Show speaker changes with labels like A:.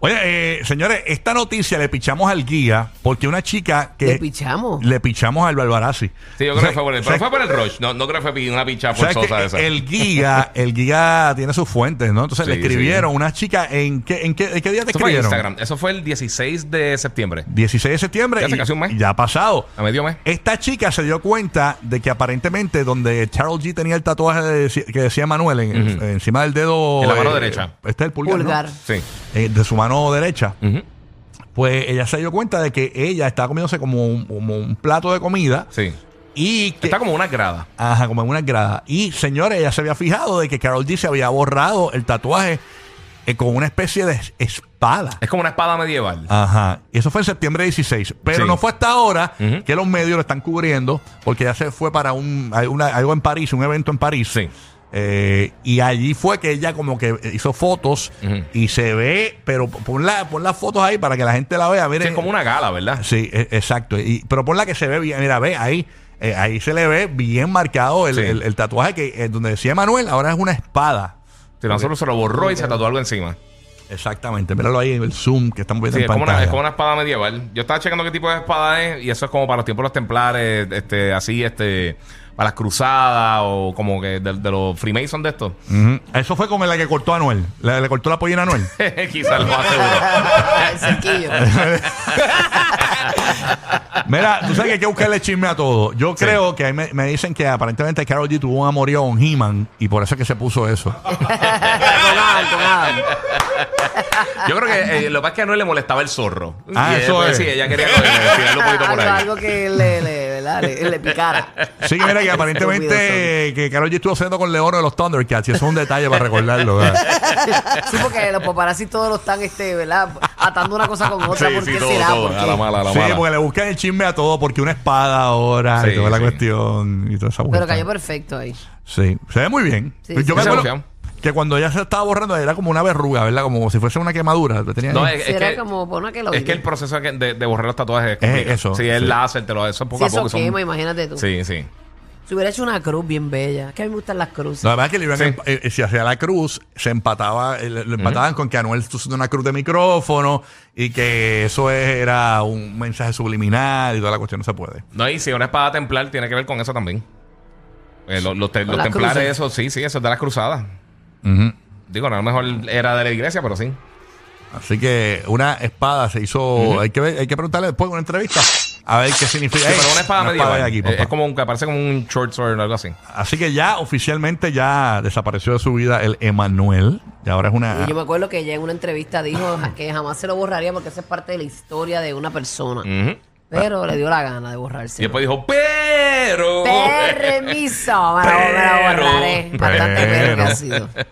A: Oye, eh, señores, esta noticia le pichamos al guía porque una chica que.
B: ¿Le pichamos?
A: Le pichamos al Barbarazzi.
C: Sí, yo creo
A: O sea,
C: que fue por el.
A: o sea,
C: Pero fue por el Rush. No, no creo que fue una picha
A: ¿sabes
C: forzosa
A: qué?
C: de esa.
A: El guía, el guía tiene sus fuentes, ¿no? Entonces le
C: Sí,
A: escribieron una chica en qué, en qué, en qué día te
C: Eso fue en
A: escribieron.
C: Instagram. Eso fue el 16 de septiembre.
A: 16 de septiembre.
C: Ya hace
A: y-
C: casi un mes.
A: y Ya ha pasado.
C: A medio mes.
A: Esta chica se dio cuenta de que aparentemente donde Charles G tenía el tatuaje de- que decía Manuel en-
C: Ujú.
A: en- encima del dedo.
C: En la mano derecha.
A: Este es el pulgar. ¿no?
B: Pulgar.
C: Sí.
A: Eh, de su mano derecha.
C: Ujú.
A: Pues ella se dio cuenta de que ella estaba comiéndose como un, como un plato de comida
C: Sí.
A: y que.
C: Está como una grada.
A: Ajá, como en una grada. Y señores, ella se había fijado de que Carol G se había borrado el tatuaje eh, con una especie de es- espada.
C: Es como una espada medieval.
A: Ajá. Y eso fue en septiembre 16. Pero
C: Sí.
A: no fue hasta ahora
C: Ujú.
A: que los medios lo están cubriendo, porque ya se fue para un hay una- algo en París, un evento en París.
C: Sí.
A: Eh, y allí fue que ella como que hizo fotos
C: Ujú.
A: y se ve, pero pon, la, pon las fotos ahí para que la gente la vea.
C: Sí,
A: Miren,
C: es como una gala, ¿verdad?
A: Sí, e- exacto. Y, pero por la que se ve bien, mira, ve ahí. eh, ahí se le ve bien marcado el,
C: Sí.
A: el- el tatuaje que eh, donde decía Manuel, ahora es una espada.
C: Si no, solo se lo borró y se tatuó algo encima.
A: Exactamente, míralo ahí en el zoom que estamos viendo
C: Sí,
A: en
C: es como, una,
A: pantalla.
C: es como una espada medieval. Yo estaba checando qué tipo de espada es y eso es como para los tiempos de los templares, este, así, este, para las cruzadas o como que de, de los Freemason de estos.
A: Ujú. Eso fue como la que cortó a Anuel, la, le cortó la pollina a Anuel.
C: Quizás lo más seguro.
B: El cerquillo.
A: Mira, tú sabes que hay que buscarle chisme a todo. Yo creo que ahí me, me dicen que aparentemente Carol G tuvo un amorío con He-Man y por eso es que se puso eso.
B: Con Adam, con Adam.
C: Yo creo que eh, lo que pasa es que a Anuel le molestaba el zorro.
A: Ah,
C: Y, eh,
A: eso
C: pues,
A: es.
C: Sí, ella quería cogerle, tirarlo un poquito por
B: Algo,
C: ahí.
B: algo que le, le, ¿verdad? le, le picara.
A: Sí, que mira que aparentemente que Carol G estuvo haciendo con Leono de los Thundercats y eso es un detalle para recordarlo. ¿verdad?
B: Sí, porque los paparazzi todos lo están, este, ¿verdad? Atando una cosa con otra. porque será? Porque-
C: a la mala, a la
A: Sí,
C: mala.
A: porque le buscan el chisme a todo, porque una espada ahora y
C: Sí,
A: toda la
C: sí.
A: cuestión y toda esa vuelta.
B: Pero cayó perfecto ahí.
A: Sí, se ve muy bien.
B: Sí,
A: Yo me
B: sí.
C: Se
A: acuerdo
C: confiaron.
A: que cuando ella se estaba borrando era como una verruga, ¿verdad? Como si fuese una quemadura. lo tenía
C: No, eh,
A: ahí.
C: es, es
B: Será
C: que,
B: como por una que lo
C: es que el proceso que- de, de borrar los tatuajes es complicado.
A: eso,
C: Sí, el
A: sí.
C: láser, te lo eso es
B: Si
C: poco a
B: eso
C: poco. son-
B: quema, imagínate tú.
C: Sí, sí.
B: Si hubiera hecho una cruz bien bella. Que a mí me gustan las cruces.
A: La verdad es que le iban
C: Sí.
A: emp- eh, si hacía la cruz, se empataba, eh, le- lo empataban con que Anuel estuvo haciendo una cruz de micrófono y que eso era un mensaje subliminal y toda la cuestión no se puede.
C: No, y si una espada templar tiene que ver con eso también. Eh, lo- los te- los
B: las
C: templares,
B: cruces.
C: eso sí, sí, eso es de las cruzadas. Digo, no, a lo mejor era de la iglesia, pero sí.
A: Así que una espada se hizo. hay, que ver- hay que preguntarle después en una entrevista a ver qué significa.
C: Sí,
A: Ey,
C: pero una espada
A: una
C: medieval.
A: de aquí,
C: Eh,
A: papá.
C: es como un, que parece como un short sword o algo así.
A: Así que ya oficialmente ya desapareció de su vida el Emanuel. Y ahora es una.
B: Y yo me acuerdo que ella en una entrevista dijo que jamás se lo borraría porque esa es parte de la historia de una persona.
C: Ujú.
B: Pero le dio la gana de
C: Y
B: borrarse.
C: después pues dijo, pero.
B: Permiso, me la, me la borraré.
C: Pero-
B: Bastante
A: Pero-
B: pero que ha sido.